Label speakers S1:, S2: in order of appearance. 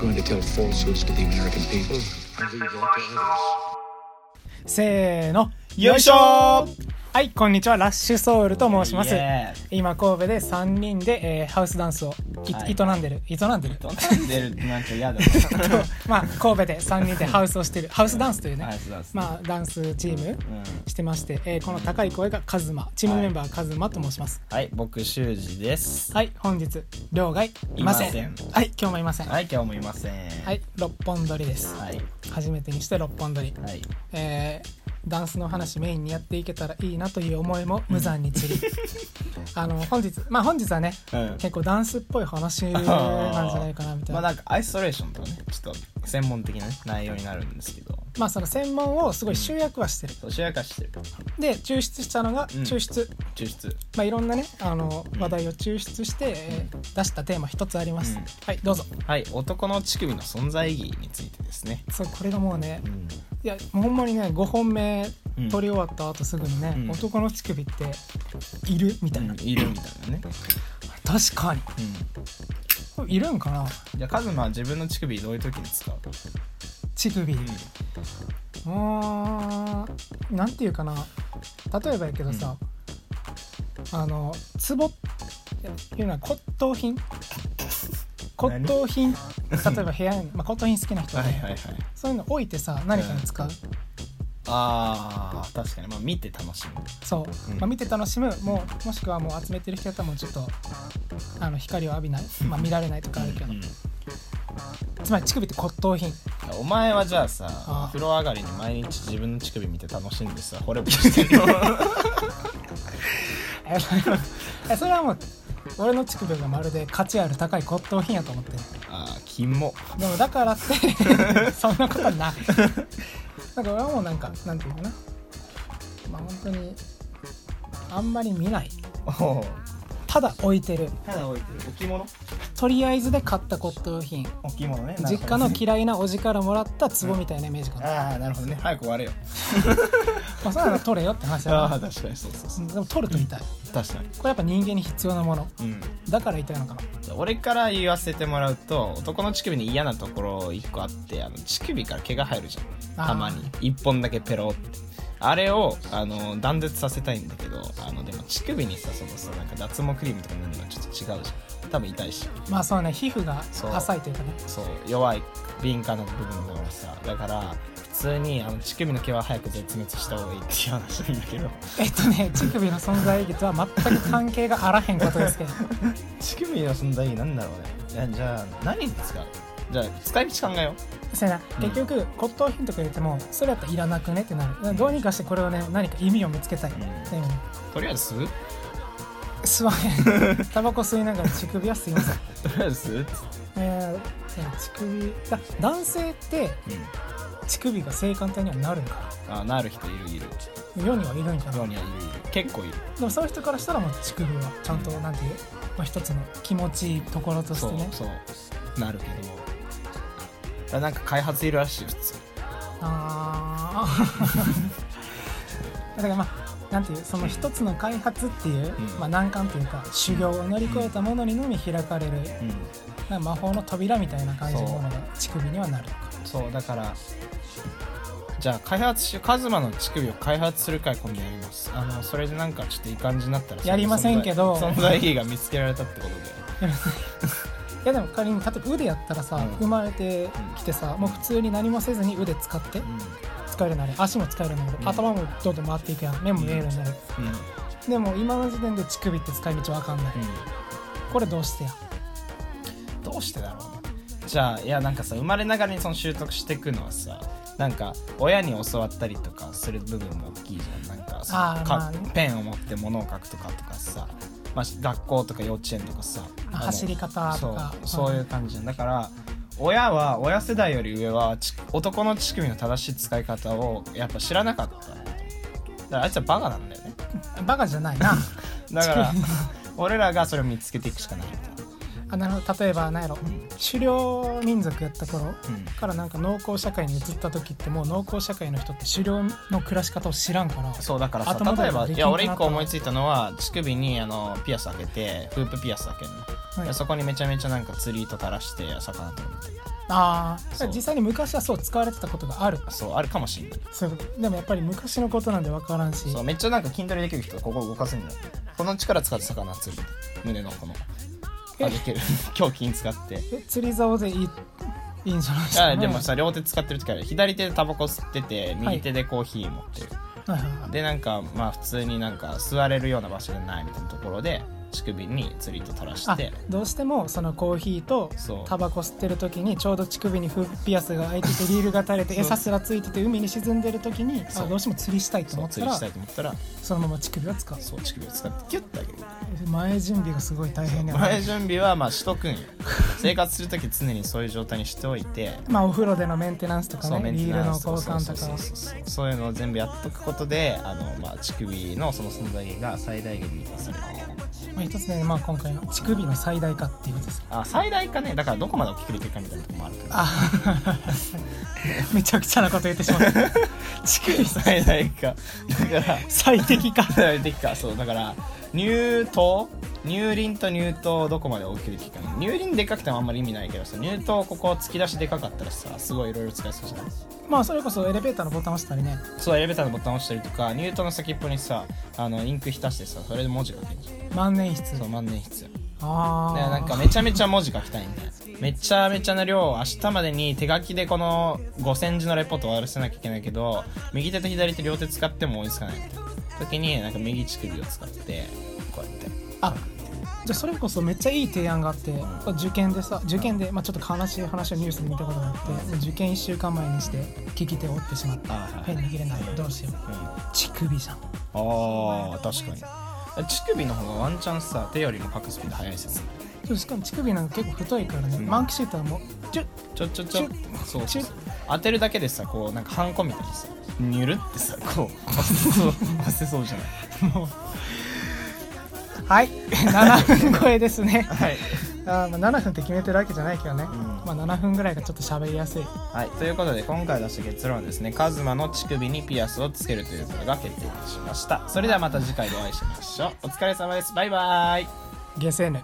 S1: going to tell false truths to the American people and leave that to others.
S2: せーの
S3: よいしょ
S2: はいこんにちはラッシュソウルと申します
S3: イエ
S2: 今神戸で3人で、えーハウスダンスをい、
S3: はい
S2: 営んでる営んでると
S3: ー飲んでるってなんか嫌だな
S2: まあ神戸で3人でハウスを してるハウスダンスというね、
S3: はいそうだそうだ
S2: まあダンスチーム
S3: うん
S2: してまして、えーこの高い声がカズマチームメンバーカズマと申します
S3: はい僕修二です
S2: はい本日両がいません
S3: いません
S2: はい今日もいませんは
S3: はい今日もいません
S2: い6本撮りです、
S3: はい
S2: 初めてにして6本撮り
S3: はい
S2: えーダンスの話メインにやっていけたらいいなという思いも無残に 散り、あの本日まあ本日はね、
S3: うん
S2: 結構ダンスっぽい話なんじゃないかなみたい
S3: ま
S2: な
S3: あなんかアイソレーションとかねちょっと専門的なね内容になるんですけど
S2: まあその専門をすごい集約はしてる、
S3: そう主役化してる
S2: で抽出したのが
S3: うん
S2: 抽出、
S3: 抽出
S2: まあいろんなねあの
S3: ん
S2: 話題を抽出して、えー出したテーマ一つあります、
S3: うん
S2: はいどうぞ
S3: はい男の乳首の存在意義についてですね
S2: そうこれがもうね
S3: うん
S2: いやもうほんまにね5本目
S3: うん
S2: 撮り終わった後すぐにね、
S3: うん
S2: 男の乳首っているみたいな、
S3: いるみたいなね
S2: 確かに
S3: うん
S2: これいるんかな
S3: じゃあカズマは自分の乳首どういう時に使う
S2: 乳首、
S3: うん
S2: うーんなんていうかな例えばやけどさ、あの壺っていうのは骨董品骨董品例えば部屋に、まあ、骨董品好きな人で、
S3: はいはいはい
S2: そういうの置いてさ何かに使う、
S3: あー確かにまあ見て楽しむ
S2: そう、
S3: うん
S2: まあ、見て楽しむもうもしくはもう集めてる人やったらもうちょっとあの光を浴び ない、まあ、見られないとかあるけど、
S3: うん
S2: つまり乳首って骨董 品
S3: お前はじゃあさ
S2: あ
S3: 風呂上がりに毎日自分の乳首見て楽しんで さ惚れ惚れしてるの
S2: ええそれはもう俺の乳首がまるで価値ある高い骨董品やと思ってる
S3: あーキモ
S2: でもだからって そんなことないなんか俺はもうなんかなんていうのかなまあ本当にあんまり見ない
S3: おお
S2: ただ置いてる
S3: ただ置いてる置物
S2: とりあえずで買った骨董品
S3: 置物ね
S2: 実家の
S3: き
S2: 嫌いなおじからもらった壺みたいなイメージかな、
S3: ああなるほどね早く終われよ
S2: まあ、そうなの取れよって話だ
S3: あ
S2: な
S3: あ確かにそうそうそ
S2: でも取ると痛いこ
S3: う確かに
S2: れやっぱ人間に必要なもの
S3: うん
S2: だから痛いのかな
S3: 俺から言わせてもらうと男の乳首に嫌なところ一個あってあの乳首から毛が生えるじゃ
S2: あー
S3: んたまに一本だけペロってあれをあの断絶させたいんだけどあのでも乳首にさそのさなんか脱毛クリームとか塗るのはちょっと違うじゃん多分痛いし
S2: まあそうね皮膚が
S3: そう
S2: 浅いというかね
S3: そう弱い敏感な部分だからさだから普通にあの乳首の毛は早く絶滅した方がいいっていう話なんだけど
S2: えっとね乳首の存在意義とは全く関係があらへんことですけど
S3: 乳首の存在意義なんだろうねいやじゃあ何に使うじゃあ使い道考えよ
S2: そうやな結局骨董品とか入れてもそれやったらいらなくねってなるだからどうにかしてこれをね何か意味を見つけたい、
S3: ん
S2: でもね
S3: うとりあえず吸う
S2: 吸わへん タバコ吸いながら乳首は吸いません、
S3: とりあえず吸うっつって
S2: えー、そうやな乳首だ男性って乳首が性感帯にはなるんか
S3: あなる人いるいる
S2: 世にはいるんじゃな
S3: 世
S2: い
S3: にはいるいる結構いる
S2: でもそういう人からしたらもう乳首はちゃんとなんていう、まあ、一つの気持ちいいところとして
S3: そう
S2: ね
S3: そうなるけどあなんか開発いるらしいよ普通
S2: ああ だからまあなんていうその一つの開発っていう、
S3: うん
S2: まあ、難関というか修行を乗り越えたものにのみ開かれる
S3: うん
S2: なんか魔法の扉みたいな感じのものが乳首にはなる
S3: そうだからじゃあ開発しようカズマの乳首を開発する会今度やりますあのそれでなんかちょっといい感じになったら
S2: やりませんけど
S3: その存在意義が見つけられたってことで
S2: いやでも仮に例えば腕やったらさ、
S3: うん
S2: 生まれてきてさもう普通に何もせずに腕使って使えるようになる足も使えるようになる、
S3: うん
S2: 頭もどんどん回っていくやん目も見えるようになる、
S3: うんうん
S2: でも今の時点で乳首って使い道わかんない、これどうしてや
S3: うんどうしてだろうねじゃあいやなんかさ生まれながらにその習得していくのはさなんか親に教わったりとかする部分も大きいじゃんなんかその
S2: あー
S3: か
S2: まあね
S3: ペンを持って物を書くとかとかさ、まあ、学校とか幼稚園とかさあの
S2: 走り方とか
S3: そうそういう感じだから親は親世代より上はち男の乳首の正しい使い方をやっぱ知らなかったんだと思うだからあいつはバカなんだよね
S2: バカじゃないな
S3: だから 俺らがそれを見つけていくしかないみたいな
S2: あなるほど例えば何やろ狩猟民族やった頃
S3: うん
S2: からなんか農耕社会に移った時ってもう農耕社会の人って狩猟の暮らし方を知らんから
S3: そうだから
S2: 後戻
S3: さ
S2: り
S3: 例えば
S2: でき
S3: い
S2: なくなった
S3: や俺一個思いついたのは乳首にあのピアス開けてフープピアス開けるの
S2: はい
S3: でそこにめちゃめちゃなんか釣り糸垂らして魚と思って
S2: あ
S3: そ
S2: あ
S3: う
S2: 実際に昔はそう使われてたことがある
S3: そうあるかもしれない
S2: そういうことでもやっぱり昔のことなんで分からんし
S3: そうめっちゃなんか筋トレできる人ここ動かすんだよこの力使って魚釣る胸のこの
S2: え
S3: あげてる 胸筋使って
S2: え釣り竿でいいいいんじゃないですか、
S3: あでもさ両手使ってる時から左手でタバコ吸ってて右手でコーヒー持ってる、
S2: はいはいはい
S3: でなんかまあ普通になんか座れるような場所じゃないみたいなところで乳首に釣り糸垂らし
S2: あ
S3: て
S2: どうしてもそのコーヒーと
S3: そう
S2: タバコ吸ってる時にちょうど乳首にフーピアスが開いててリールが垂れて
S3: そう
S2: 餌すらついてて海に沈んでる時に
S3: そ
S2: あ
S3: う
S2: どうしても釣りしたいと
S3: そ
S2: 思
S3: う
S2: った
S3: 釣り
S2: ら
S3: したいと思ったら
S2: そのまま乳首は使う
S3: そう乳首を使ってキュッてあげる
S2: 前準備がすごい大変やな
S3: 前準備はまあしとくんよ生活する時常にそういう状態にしておいて
S2: まあお風呂でのメンテナンスとか
S3: そうメ
S2: ね
S3: ンテ
S2: リール
S3: ナ
S2: の
S3: ンス
S2: 交
S3: とか
S2: 換
S3: そ
S2: とか
S3: うそうそうそうそういうのを全部やっとくことであの、まあ、乳首のその存在が最大限に生かされる
S2: まあ一つねまあ今回の乳首の最大化っていうことです
S3: あ最大かねだからどこまで大きくできるかみたいなとこもあるけど
S2: あ めちゃくちゃなこと言ってしまった乳首
S3: 最大化だから
S2: 最適化
S3: 最適かそうだから乳糖乳輪と乳糖をどこまで大きくできるかな乳輪でかくてもあんまり意味ないけどさ乳糖ここ突き出しでかかったらさすごいいろいろ使えそうじゃない
S2: まあそれこそエレベーターのボタン押したりね
S3: そうエレベーターのボタン押したりとか乳糖の先っぽにさあのインク浸してさそれで文字書けるじゃ
S2: 万年筆
S3: んそう万年筆
S2: あ
S3: だから
S2: あ
S3: なんかめちゃめちゃ文字書きたいんだよめちゃめちゃな量を明日までに手書きでこの5センチのレポート終わらせなきゃいけないけど右手と左手両手使っても追いつかないみたいな時になんか右乳首を使ってこうやって
S2: あじゃあそれこそめっちゃいい提案があって受験でさ受験で、まあ、ちょっと悲しい話をニュースで見たことがあって受験1週間前にして利き手を折ってしまった
S3: あ
S2: ペン握れないどうしよう
S3: うん
S2: 乳首じゃん
S3: あー確かに乳首の方がワンチャンさ手よりも書くスピード速い説
S2: そうしかも乳首なんか結構太いからね、
S3: うん
S2: マンキシートはもうちょ
S3: ちょちょちょ
S2: チュ
S3: そう
S2: チ
S3: そ
S2: ュ
S3: うそう当てるだけでさこうなんかハンコみたいにさニュルってさこう押せそう押せそうじゃない
S2: はい 7分超えですね
S3: はい、
S2: あーまあ7分って決めてるわけじゃないけどね、
S3: ん
S2: まあ、7分ぐらいがちょっと喋りやすい
S3: はい、ということで今回出した結論はですねカズマの乳首にピアスをつけるということが決定しましたそれではまた次回でお会いしましょうお疲れ様ですバイバイ
S2: ゲセーヌ